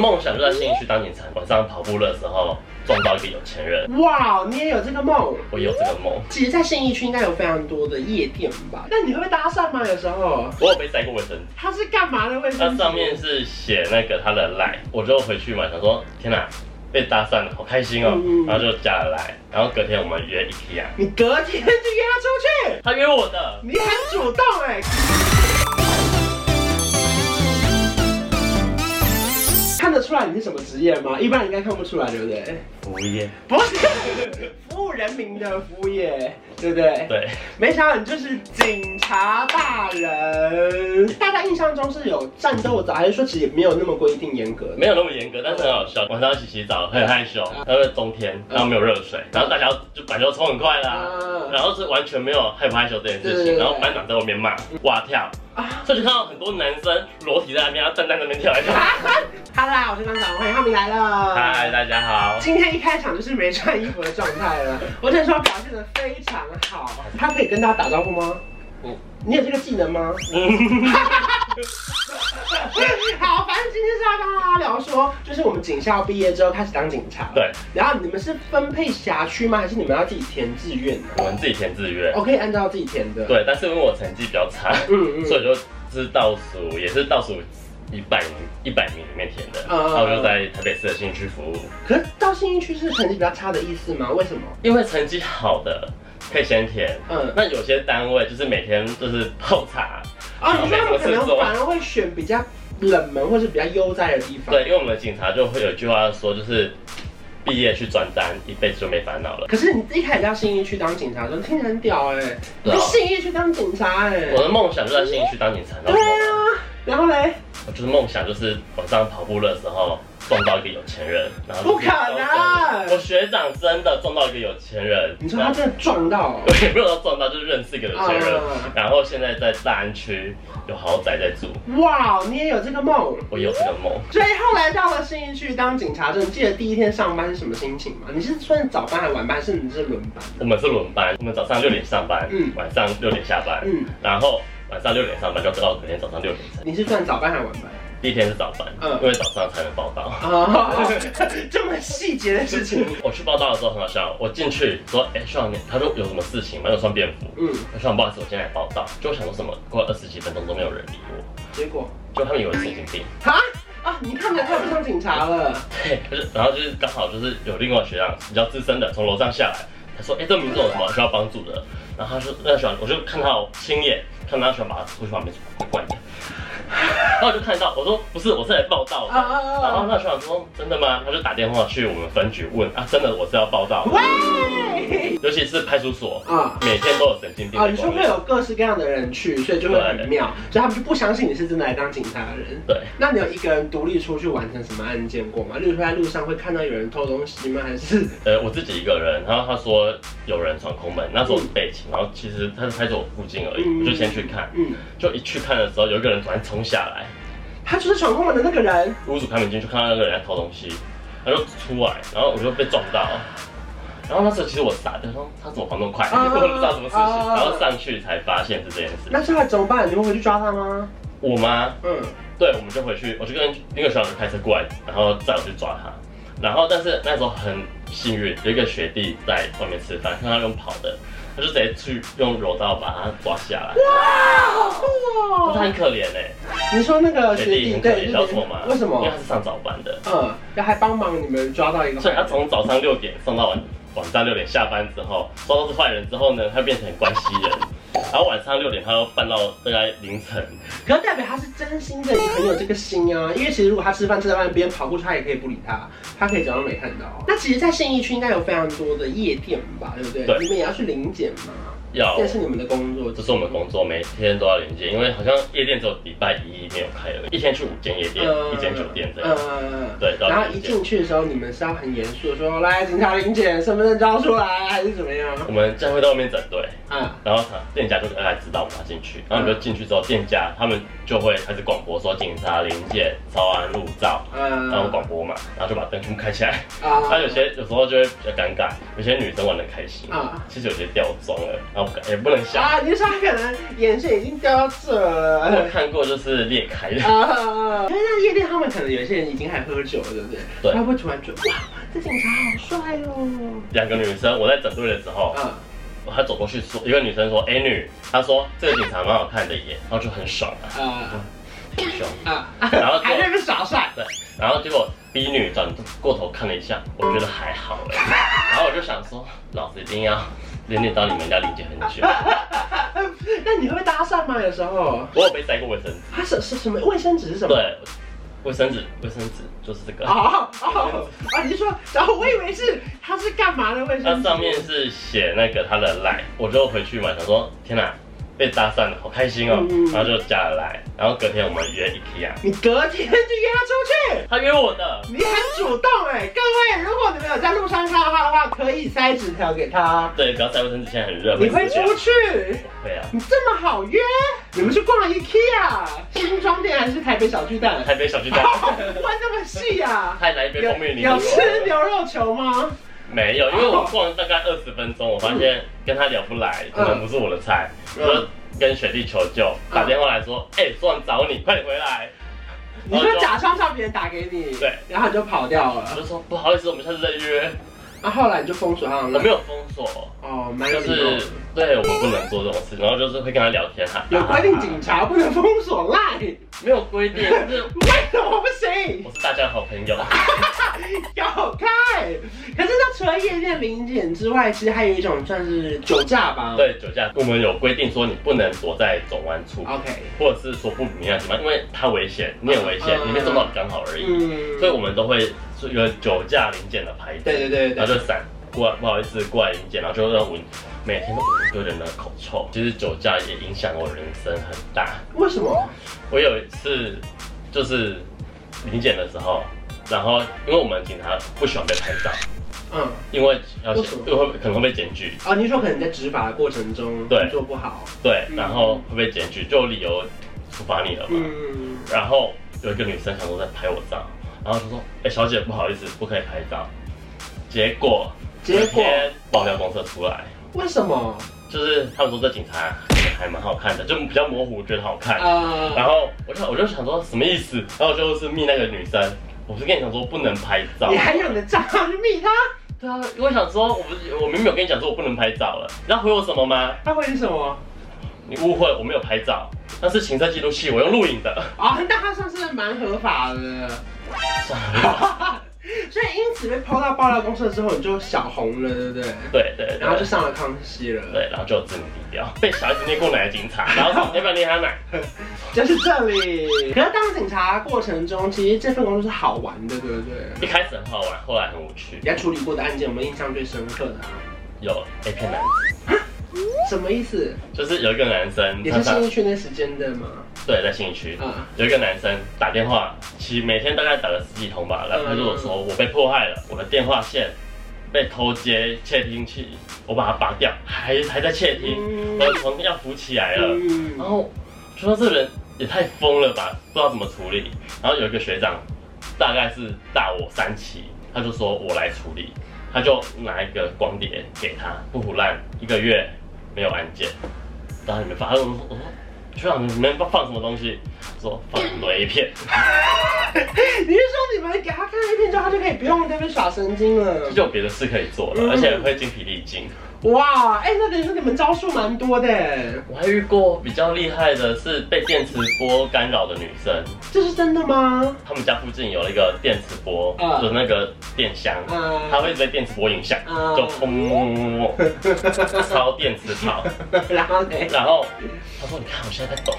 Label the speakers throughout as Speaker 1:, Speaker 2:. Speaker 1: 梦想就在新一区当警察，晚上跑步的时候撞到一个有钱人，
Speaker 2: 哇，你也有这个梦？
Speaker 1: 我也有这个梦。
Speaker 2: 其实，在信义区应该有非常多的夜店吧？那你会被搭讪吗？有时候
Speaker 1: 我有被塞过卫生纸，
Speaker 2: 它是干嘛的？卫生
Speaker 1: 它
Speaker 2: 纸
Speaker 1: 上面是写那个他的来，我就回去嘛，想说天哪、被搭讪了，好开心哦、
Speaker 2: 嗯
Speaker 1: 然后就加了来，然后隔天我们约 IKEA，
Speaker 2: 你隔天就约他出去，
Speaker 1: 他约我的，
Speaker 2: 你很主动哎、看得出来你是什么职业吗？一般人应该看不出来，对不对？
Speaker 1: 服务业，
Speaker 2: 不是， 服务人民的服务业，对不对？。
Speaker 1: 对，
Speaker 2: 没想到你就是警察大人。大家印象中是有战斗澡，还是说其实也没有那么规定严格？
Speaker 1: 没有那么严格，但是很好笑。晚上一起洗澡，很害羞，因为冬天，然后没有热水，然后大家就板球冲很快啦，
Speaker 2: 啊
Speaker 1: 然后是完全没有害不害羞这件事
Speaker 2: 对对
Speaker 1: 情，
Speaker 2: 对
Speaker 1: 然后班长在外面骂，哇跳，
Speaker 2: 啊！
Speaker 1: 所以就看到很多男生裸体在那边，然后站在那边跳来 跳去。
Speaker 2: 哈啦，我是班长，欢迎他们来了。
Speaker 1: 嗨，。大家好，
Speaker 2: 今天一开场就是没穿衣服的状态了，我只能说表现的非常好。他可以跟大家打招呼吗？
Speaker 1: 嗯
Speaker 2: 你有这个技 能吗？
Speaker 1: 嗯，
Speaker 2: 好，反正今天是要跟大家聊说，就是我们警校毕业之后开始当警察，。
Speaker 1: 对，
Speaker 2: 然后你们是分配辖区吗？还是你们要自己填志愿呢？
Speaker 1: 我们自己填志愿，
Speaker 2: 我可以按照自己填的。。
Speaker 1: 对，但是因为我成绩比较差，
Speaker 2: 嗯嗯
Speaker 1: 所以我就是倒数，也是倒数一百名一百名里面填的，
Speaker 2: 嗯
Speaker 1: 然后我就在台北市的新区服务，
Speaker 2: 可是到信义区是成绩比较差的意思吗？为什么？
Speaker 1: 因为成绩好的可以先填，
Speaker 2: 嗯，
Speaker 1: 那有些单位就是每天就是泡茶，
Speaker 2: 啊，你说他们可能
Speaker 1: 没什么事做
Speaker 2: 反而会选比较冷门或是比较悠哉的地方。。
Speaker 1: 对，因为我们的警察就会有一句话说，就是毕业去转单，一辈子就没烦恼了。
Speaker 2: 可是你一开始到信义区当警察的时候，听起来很屌哎、你
Speaker 1: 对啊
Speaker 2: 在信义区当警察哎、
Speaker 1: 我的梦想就在新一区当警察，然
Speaker 2: 对
Speaker 1: 后
Speaker 2: 啊，然后嘞，
Speaker 1: 我就是梦想就是晚上跑步的时候撞到一个有钱人，然后就是
Speaker 2: 不可能啊
Speaker 1: 我学长真的撞到一个有钱人，
Speaker 2: 你说他真的撞到、哦
Speaker 1: 我也不知道撞到，就是认识一个有钱人
Speaker 2: 嗯，
Speaker 1: 然后现在在大安区有豪宅在住，
Speaker 2: 哇，你也有这个梦。
Speaker 1: 我有这个梦。
Speaker 2: 所以后来到了信义区当警察证，记得第一天上班是什么心情吗？你是算早班还是晚班，还是你是轮班？
Speaker 1: 我们是轮班，我们早上六点上班，
Speaker 2: 嗯
Speaker 1: 晚上六点下班，
Speaker 2: 嗯
Speaker 1: 然后晚上六点上班就到隔天早上六点才。
Speaker 2: 你是算早班还是晚班？
Speaker 1: 第一天是早班，
Speaker 2: 嗯
Speaker 1: 因为早上才能报 到。
Speaker 2: 啊、 这么细节的事情，
Speaker 1: 我去报道的时候很好笑，我进去说，哎、少年，他说有什么事情吗？有穿便服。
Speaker 2: 嗯，
Speaker 1: 我说不好意思，我今天来报道，就想说什么，过了二十几分钟都没有人理我，
Speaker 2: 结果
Speaker 1: 就他们以为我神经病。
Speaker 2: 啊啊，你看起来太不像警察了。
Speaker 1: 对，就是然后就是刚好就是有另外学长比较资深的从楼上下来，他说，哎、这民众有什么需要帮助的？然后他说，那个学长，我就看他有亲眼看到他学长把他出去旁边关掉，然后我就看到，我说不是，我是来报道的。
Speaker 2: 啊啊啊
Speaker 1: 然后
Speaker 2: 啊！
Speaker 1: 那学长说真的吗？他就打电话去我们分局问啊，真的我是要报道。
Speaker 2: 喂，
Speaker 1: 尤其是派出所，
Speaker 2: 啊
Speaker 1: 每天都有神经病
Speaker 2: 啊，
Speaker 1: 的
Speaker 2: 你说
Speaker 1: 光
Speaker 2: 会
Speaker 1: 临。
Speaker 2: 有各式各样的人去，所以就会很妙，所以他们就不相信你是真的来当警察的人。
Speaker 1: 对，
Speaker 2: 那你有一个人独立出去完成什么案件过吗？例如说在路上会看到有人偷东西吗？还是
Speaker 1: 呃，我自己一个人，然后他说有人闯空门，那时候我
Speaker 2: 嗯
Speaker 1: 背景，然后其实他是派出所附近而已，
Speaker 2: 嗯
Speaker 1: 我就先去看，
Speaker 2: 嗯，
Speaker 1: 就一去看的时候，有一个人突然冲下来，
Speaker 2: 他就是闯空门的那个人？
Speaker 1: 屋主开门进去看到那个人在偷东西，他就出来，然后我就被撞到，然后那时候其实我傻掉，说他怎么跑那么快，
Speaker 2: 啊
Speaker 1: 我都不知道什么事
Speaker 2: 啊
Speaker 1: 情，然后上去才发现是这件事。
Speaker 2: 那后来怎么办？你们回去抓他吗？
Speaker 1: 我妈
Speaker 2: 嗯，
Speaker 1: 对，我们就回去，我就跟那个学长就开车过来，然后载我去抓他。然后，但是那时候很幸运，有一个学弟在外面吃饭，看他用跑的，他就直接去用柔道把他抓下来。
Speaker 2: 哇，好酷
Speaker 1: 但是他很
Speaker 2: 哦！
Speaker 1: 可怜哎、
Speaker 2: 你说那个
Speaker 1: 学
Speaker 2: 学
Speaker 1: 弟
Speaker 2: 弟
Speaker 1: 很可
Speaker 2: 对，
Speaker 1: 怜，
Speaker 2: 就
Speaker 1: 你
Speaker 2: 是
Speaker 1: 知道为什么吗？
Speaker 2: 为什
Speaker 1: 因为
Speaker 2: 么
Speaker 1: 他？是上早班的，
Speaker 2: 嗯，然后还帮忙你们抓到一个
Speaker 1: 所以
Speaker 2: 坏
Speaker 1: 他
Speaker 2: 人。
Speaker 1: 从早上六点送到晚晚上六点下班之后，抓到是坏人之后呢，他变成关系人，然后晚上六点他又办到大概凌晨，
Speaker 2: 可是代表他是真心的，很有这个心啊。因为其实如果他吃饭吃到半边跑过去，他也可以不理他，他可以假装没看到。那其实，在信义区应该有非常多的夜店吧，对不对？
Speaker 1: 对
Speaker 2: 你们也要去临检嘛，
Speaker 1: 要
Speaker 2: 这也是你们的工作。
Speaker 1: 这是我们工作，每天都要连接，因为好像夜店只有礼拜一没有开而已，一天去五间夜店，
Speaker 2: 呃
Speaker 1: 一间酒店这样。
Speaker 2: 呃
Speaker 1: 对
Speaker 2: 然后
Speaker 1: 到
Speaker 2: 一
Speaker 1: 临检
Speaker 2: 进去的时候，你们是要很严肃的说，来警察临检，身份证交出来，还是怎么 样？
Speaker 1: 我们将会在外面整队，
Speaker 2: 啊，
Speaker 1: 然后店家就大概知道我们要进去，然后你就进去之后，店家他们就会开始广播说警察临检、招安路照，
Speaker 2: 嗯
Speaker 1: 然后广播嘛，然后就把灯全部开起来。
Speaker 2: 啊
Speaker 1: 那有些有时候就会比较尴尬，有些女生玩的开心
Speaker 2: 啊，
Speaker 1: 其实有些掉妆了，然啊，不敢也不能笑。
Speaker 2: 啊，你说他可能眼神已经掉到这
Speaker 1: 我有
Speaker 2: 了。
Speaker 1: 看过就是裂开 的，
Speaker 2: 啊，因为那夜店他们可能有些人已经还喝酒了，对不对？
Speaker 1: 对
Speaker 2: 他会突然觉得哇，这警察好帅哦。
Speaker 1: 两个女生，我在整队的时候，
Speaker 2: 啊，
Speaker 1: 她走过去说，一个女生说 A 女，她说这个警察蛮好看的耶，然后就很爽啊，
Speaker 2: 啊
Speaker 1: 很凶。
Speaker 2: 啊，
Speaker 1: 然后就
Speaker 2: 还在那边耍帅。
Speaker 1: 对，然后结果 B 女转过头看了一下，我觉得还好 哎，然后我就想说，老子一定要 连累到你们家林姐很久。
Speaker 2: 那你会被搭讪吗？有时候，
Speaker 1: 我有被塞过卫生纸，
Speaker 2: 他是是什么卫生纸是什么？
Speaker 1: 对，卫生纸，卫生纸就是这个，
Speaker 2: 哦哦啊！你是说，然后我以为是他是干嘛的卫生
Speaker 1: 它
Speaker 2: 纸？
Speaker 1: 上面是写那个他的 line，我就回去嘛，想说天哪，被搭讪了，好开心哦
Speaker 2: 嗯，
Speaker 1: 然后就加了 line，然后隔天我们约 IKEA，
Speaker 2: 你隔天就约他出去。
Speaker 1: 他约我的，
Speaker 2: 你很主动哎、各位，如果你们有在路上看到他的话，可以塞纸条给他。
Speaker 1: 对，不要塞卫生纸，现在很热，
Speaker 2: 你会
Speaker 1: 被撕掉
Speaker 2: 出去？
Speaker 1: 会啊，
Speaker 2: 你这么好约？你们去逛 IKEA 新装店还是台北小巨蛋？
Speaker 1: 台北小 巨蛋，
Speaker 2: 问那么细呀、啊？
Speaker 1: 还来一杯
Speaker 2: 有
Speaker 1: 蜂蜜柠檬
Speaker 2: 有吃牛肉球吗？
Speaker 1: 没有，因为我逛了大概二十分钟，我发现跟他聊不来，可能不是我的菜，
Speaker 2: 嗯
Speaker 1: 我就跟雪莉求救，
Speaker 2: 嗯
Speaker 1: 打电话来说，哎，昨晚找你，快点回来。
Speaker 2: 你就假装让别人打给你，
Speaker 1: 哦对，
Speaker 2: 然后你就跑掉
Speaker 1: 我
Speaker 2: 了。
Speaker 1: 就说不好意思，我们下次再约。
Speaker 2: 那后来你就封锁他
Speaker 1: 我
Speaker 2: 了
Speaker 1: 没。有封锁，
Speaker 2: 哦，蛮
Speaker 1: 就
Speaker 2: 礼貌的
Speaker 1: 是对我们不能做这种事，然后就是会跟他聊天哈。
Speaker 2: 有规定，警察不能封锁赖，为
Speaker 1: 没有规定， 就是
Speaker 2: 什么不行？
Speaker 1: 我是大家的好朋友。
Speaker 2: 要开。可是那除了夜店零点之外，其实还有一种算是酒驾吧。
Speaker 1: 对酒驾，我们有规定说你不能躲在转弯处，
Speaker 2: ，OK，
Speaker 1: 或者是说不明亮地方，因为它危险，你也危险，
Speaker 2: 嗯
Speaker 1: 你可以做到刚好而已。
Speaker 2: 嗯，
Speaker 1: 所以我们都会是有酒驾零件的牌子，
Speaker 2: 对对对
Speaker 1: 然
Speaker 2: 对
Speaker 1: 后就闪过来，不好意思过来零件，然后就让闻，每天都闻一堆人的口臭。其实酒驾也影响我人生很大。
Speaker 2: 嗯为什么？
Speaker 1: 我有一次就是零检的时候，然后因为我们警察不喜欢被拍照，
Speaker 2: 嗯，
Speaker 1: 因为要
Speaker 2: 为什
Speaker 1: 检
Speaker 2: 么
Speaker 1: 因为会可能会被检举，
Speaker 2: 哦，你说可能在执法的过程中
Speaker 1: 对
Speaker 2: 做不好，
Speaker 1: 对，
Speaker 2: 嗯
Speaker 1: 然后会被检举，就有理由处罚你了嘛。
Speaker 2: 嗯，
Speaker 1: 然后有一个女生想说在拍我照，然后她说：“哎、小姐，不好意思，不可以拍照。”结果
Speaker 2: 结
Speaker 1: 隔
Speaker 2: 果
Speaker 1: 天爆料公社出来，
Speaker 2: 为什么？
Speaker 1: 就是他们说这警察还蛮好看的，就比较模糊，觉得好看。哎然
Speaker 2: 呃，
Speaker 1: 后我就我就想说什么意思，然后就是密那个女生，我不是跟你讲说不能拍照，
Speaker 2: 你还有你的账号去密他？
Speaker 1: 对啊，因为我想说我不是我明明有跟你讲说我不能拍照了，你知道回我什么吗？
Speaker 2: 他回你什么？
Speaker 1: 你误会，我没有拍照，那是行车记录器，我用录影 的。
Speaker 2: 哦，那他算是蛮合 法的。
Speaker 1: 算了，
Speaker 2: 所以因此被抛到爆料公社之后，你就小红了，对不对？
Speaker 1: 对对对，
Speaker 2: 然后就上了康熙了，
Speaker 1: 对，然后就有自鸣低调，被小孩子捏过奶的警察，然后说要不要捏他奶？
Speaker 2: 就是这里。可是当警察过程中，其实这份工作是好玩的，对不对？
Speaker 1: 一开始很好玩，后来很无趣
Speaker 2: 你。在处理过的案件，有没有印象最深刻的、啊？
Speaker 1: 有 A 片男子，
Speaker 2: 什么意思？
Speaker 1: 就是有一个男生，
Speaker 2: 也
Speaker 1: 他
Speaker 2: 是
Speaker 1: 常
Speaker 2: 新一区那时间的吗？
Speaker 1: 嗯对在信义区，
Speaker 2: 啊，
Speaker 1: 有一个男生打电话，其实每天大概打了十几通吧，然后他就我说我被迫害了，我的电话线被偷接窃听器，我把它拔掉，还还在窃听，我的床要浮起来了，然
Speaker 2: 嗯，
Speaker 1: 后就说这人也太疯了吧，不知道怎么处理。然后有一个学长，大概是大我三期，他就说我来处理，他就拿一个光碟给他，不腐烂，一个月没有案件，然后你们发，我说我说学长你们放什么东西？说放雷片，
Speaker 2: 你是说你们给他看 A 片之后，他就可以不用在那边耍神经了？
Speaker 1: 就有别的事可以做
Speaker 2: 嗯
Speaker 1: 了，而且会精疲力尽。
Speaker 2: 哇，哎、那等于说你们招数蛮多的，
Speaker 1: 我还遇过比较厉害的是被电磁波干扰的女生，
Speaker 2: 这是真的吗？
Speaker 1: 他们家附近有一个电磁波，
Speaker 2: 嗯
Speaker 1: 有那个电箱，
Speaker 2: 嗯
Speaker 1: 它会被电磁波影响，
Speaker 2: 嗯
Speaker 1: 就轰轰轰轰 轰，超电磁炮。
Speaker 2: 然后呢？
Speaker 1: 然后他说：“你看，我现在在抖。”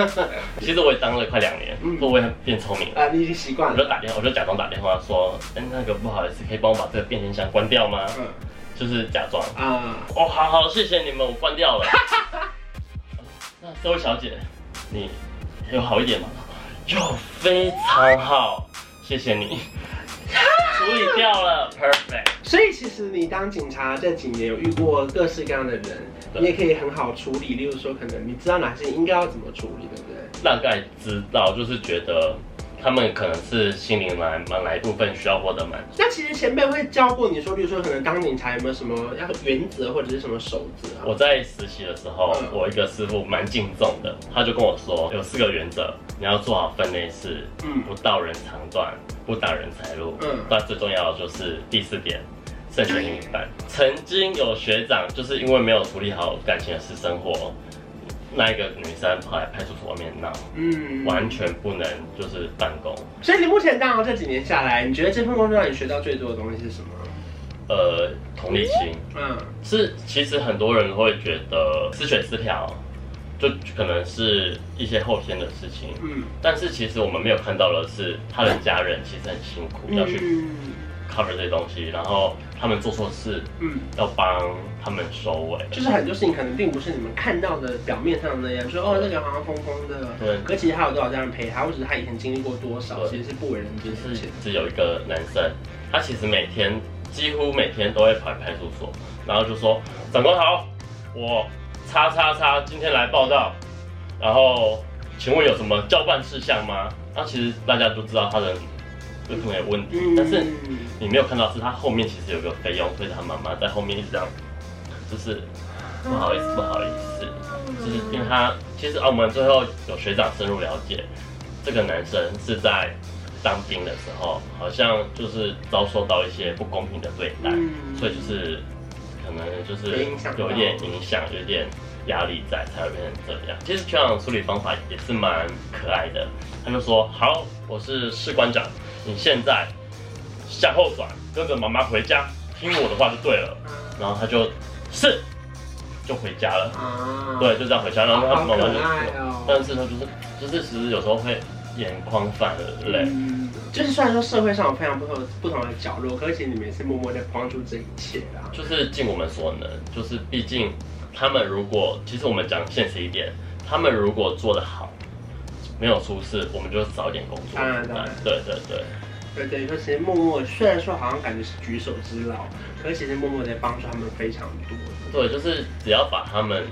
Speaker 1: 啊其实我也当了快两年
Speaker 2: 嗯，
Speaker 1: 所以我也变聪明了。
Speaker 2: 啊，你已经习惯
Speaker 1: 我就
Speaker 2: 了。
Speaker 1: 打电话，我就假装打电话说：“哎，那个不好意思，可以帮我把这个变电箱关掉吗
Speaker 2: 嗯？”
Speaker 1: 就是假装。
Speaker 2: 啊，
Speaker 1: 哦，好好，谢谢你们，我关掉了。那这位小姐，你有好一点吗？有，非常好，谢谢你。处理掉了，perfect。
Speaker 2: 所以其实你当警察这几年有遇过各式各样的人，
Speaker 1: 对
Speaker 2: 你也可以很好处理。例如说，可能你知道哪些应该要怎么处理，对不对？
Speaker 1: 大概知道，就是觉得他们可能是心灵来蛮来一部分需要获得满足。
Speaker 2: 那其实前辈会教过你说，比如说可能当警察有没有什么要原则或者是什么守则啊？
Speaker 1: 我在实习的时候
Speaker 2: 嗯，
Speaker 1: 我一个师傅蛮敬重的，他就跟我说有四个原则，你要做好分内事，
Speaker 2: 嗯
Speaker 1: 不道人长短，不挡人财路。
Speaker 2: 嗯
Speaker 1: 那最重要的就是第四点，慎选另一半。曾经有学长就是因为没有处理好感情的私生活，那一个女生跑来派出所外面闹，
Speaker 2: 嗯
Speaker 1: 完。全不能就是办公。
Speaker 2: 所以你目前当然这几年下来，你觉得这份工作让你学到最多的东西是什么？
Speaker 1: 呃，同理心
Speaker 2: 嗯，
Speaker 1: 是，其实很多人会觉得失血失调，就可能是一些后天的事情。
Speaker 2: 嗯，
Speaker 1: 但是其实我们没有看到的是，他的家人其实很辛苦，要去
Speaker 2: 嗯
Speaker 1: cover 这些东西，然后他们做错事
Speaker 2: 嗯，
Speaker 1: 要帮他们收尾。
Speaker 2: 就是很多事情可能并不是你们看到的表面上那样，说哦那个好像疯疯的，
Speaker 1: 对
Speaker 2: 可其实他有多少家人陪他，或者是他以前经历过多少，
Speaker 1: 对
Speaker 2: 其实是不为人知
Speaker 1: 就
Speaker 2: 的事
Speaker 1: 是
Speaker 2: 情。
Speaker 1: 只有一个男生，他其实每天几乎每天都会跑派出所，然后就说：“长官好，我叉叉叉今天来报道，然后请问有什么交办事项吗？”那其实大家都知道他的有可能有问题，
Speaker 2: 嗯
Speaker 1: 但是你没有看到是他后面其实有个费用，所以他妈妈在后面一直这样，就是不好意思不好意思，就是因为他其实啊，我们最后有学长深入了解，这个男生是在当兵的时候，好像就是遭受到一些不公平的对待，
Speaker 2: 嗯
Speaker 1: 所以就是可能就是
Speaker 2: 有影响到
Speaker 1: 有一点影响，有一点压力在，才会变成这样。其实学长的处理方法也是蛮可爱的，他就说：“好，我是士官长，你现在向后转，跟着妈妈回家，听我的话就对了。”然后他就是就回家了。
Speaker 2: 啊，
Speaker 1: 对，就这样回家，然后他
Speaker 2: 好
Speaker 1: 妈
Speaker 2: 可
Speaker 1: 妈就，
Speaker 2: 爱哦。
Speaker 1: 但是他就是就是其实有时候会眼眶泛泪，对
Speaker 2: 嗯，就是虽然说社会上有非常不同不同的角落，可是其实你们也是默默在帮助这一切啦。
Speaker 1: 就是尽我们所能，就是毕竟他们如果其实我们讲现实一点，他们如果做得好，没有出事，我们就少一点工作
Speaker 2: 当然
Speaker 1: 负
Speaker 2: 当
Speaker 1: 担
Speaker 2: 然，
Speaker 1: 对对对，
Speaker 2: 对对，就其实默默虽然说好像感觉是举手之劳，可是其实默默在帮助他们非常多。
Speaker 1: 对，就是只要把他们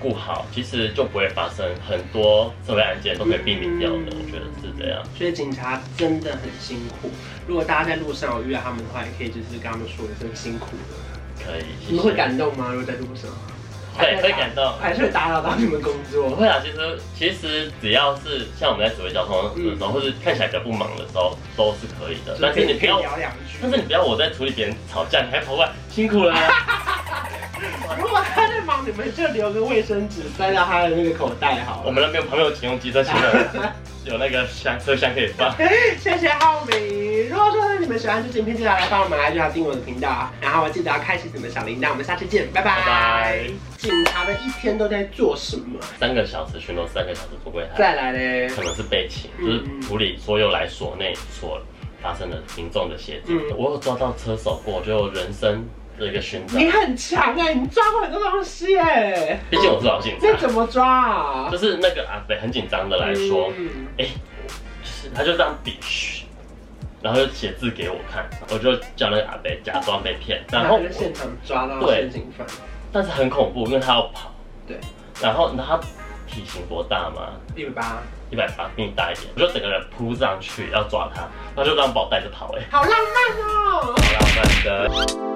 Speaker 1: 顾好，其实就不会发生很多社会案件都可以避免掉的，
Speaker 2: 嗯
Speaker 1: 我觉得是这样。
Speaker 2: 所以警察真的很辛苦。如果大家在路上有遇到他们的话，也可以就是跟他们说一声辛苦了。
Speaker 1: 可以，谢谢
Speaker 2: 你们会感动吗？如果在路上，
Speaker 1: 对会感动。
Speaker 2: 还是会打扰到你们工
Speaker 1: 不
Speaker 2: 作？
Speaker 1: 会啊，其实其实只要是像我们在指挥交通的
Speaker 2: 嗯
Speaker 1: 时候，或是看起来比较不忙的时候，都是可以的。 但是你
Speaker 2: 可
Speaker 1: 不
Speaker 2: 以
Speaker 1: 要，
Speaker 2: 聊两句
Speaker 1: 但。是你不要我在处理别人吵架，你还跑过来，辛苦了啊。
Speaker 2: 如果他在忙，你们就留个卫生纸塞到他的那个口袋好
Speaker 1: 我
Speaker 2: 了。
Speaker 1: 们那边旁边有警用机车，行人有那个箱车厢可以放。
Speaker 2: 谢谢浩明。如果说你们喜欢这期影片，记得来帮我们来去订我的频道啊，然后记得要开启你们的小铃铛。我们下期见，拜拜。
Speaker 1: 拜拜
Speaker 2: 警察们一天都在做什么？
Speaker 1: 三个小时巡逻，三个小时做柜台，
Speaker 2: 再 来嘞。
Speaker 1: 可能是被请，就是处理所有来所内所发生的民众的协助。
Speaker 2: 嗯
Speaker 1: 我有抓到车手过，就有人生的一个勋章。
Speaker 2: 你很强哎、你抓过很多东西哎、
Speaker 1: 毕竟我是老警察
Speaker 2: 这，怎么抓啊
Speaker 1: 就？是那个阿北很紧张的来说。
Speaker 2: 嗯
Speaker 1: 哎、就是他就这样比，嘘然后就写字给我看，我就叫那个阿北假装被骗，然
Speaker 2: 然
Speaker 1: 后
Speaker 2: 后
Speaker 1: 我
Speaker 2: 就现场抓到
Speaker 1: 对
Speaker 2: 现行犯，
Speaker 1: 但是很恐怖，因为他要跑，
Speaker 2: 对，
Speaker 1: 然后你知道他体型多大吗？
Speaker 2: 一百八，
Speaker 1: 一百八，比你大一点，我就整个人扑上去要抓他，他就这样把我带着跑、哎，
Speaker 2: 好浪漫哦、
Speaker 1: 老板的。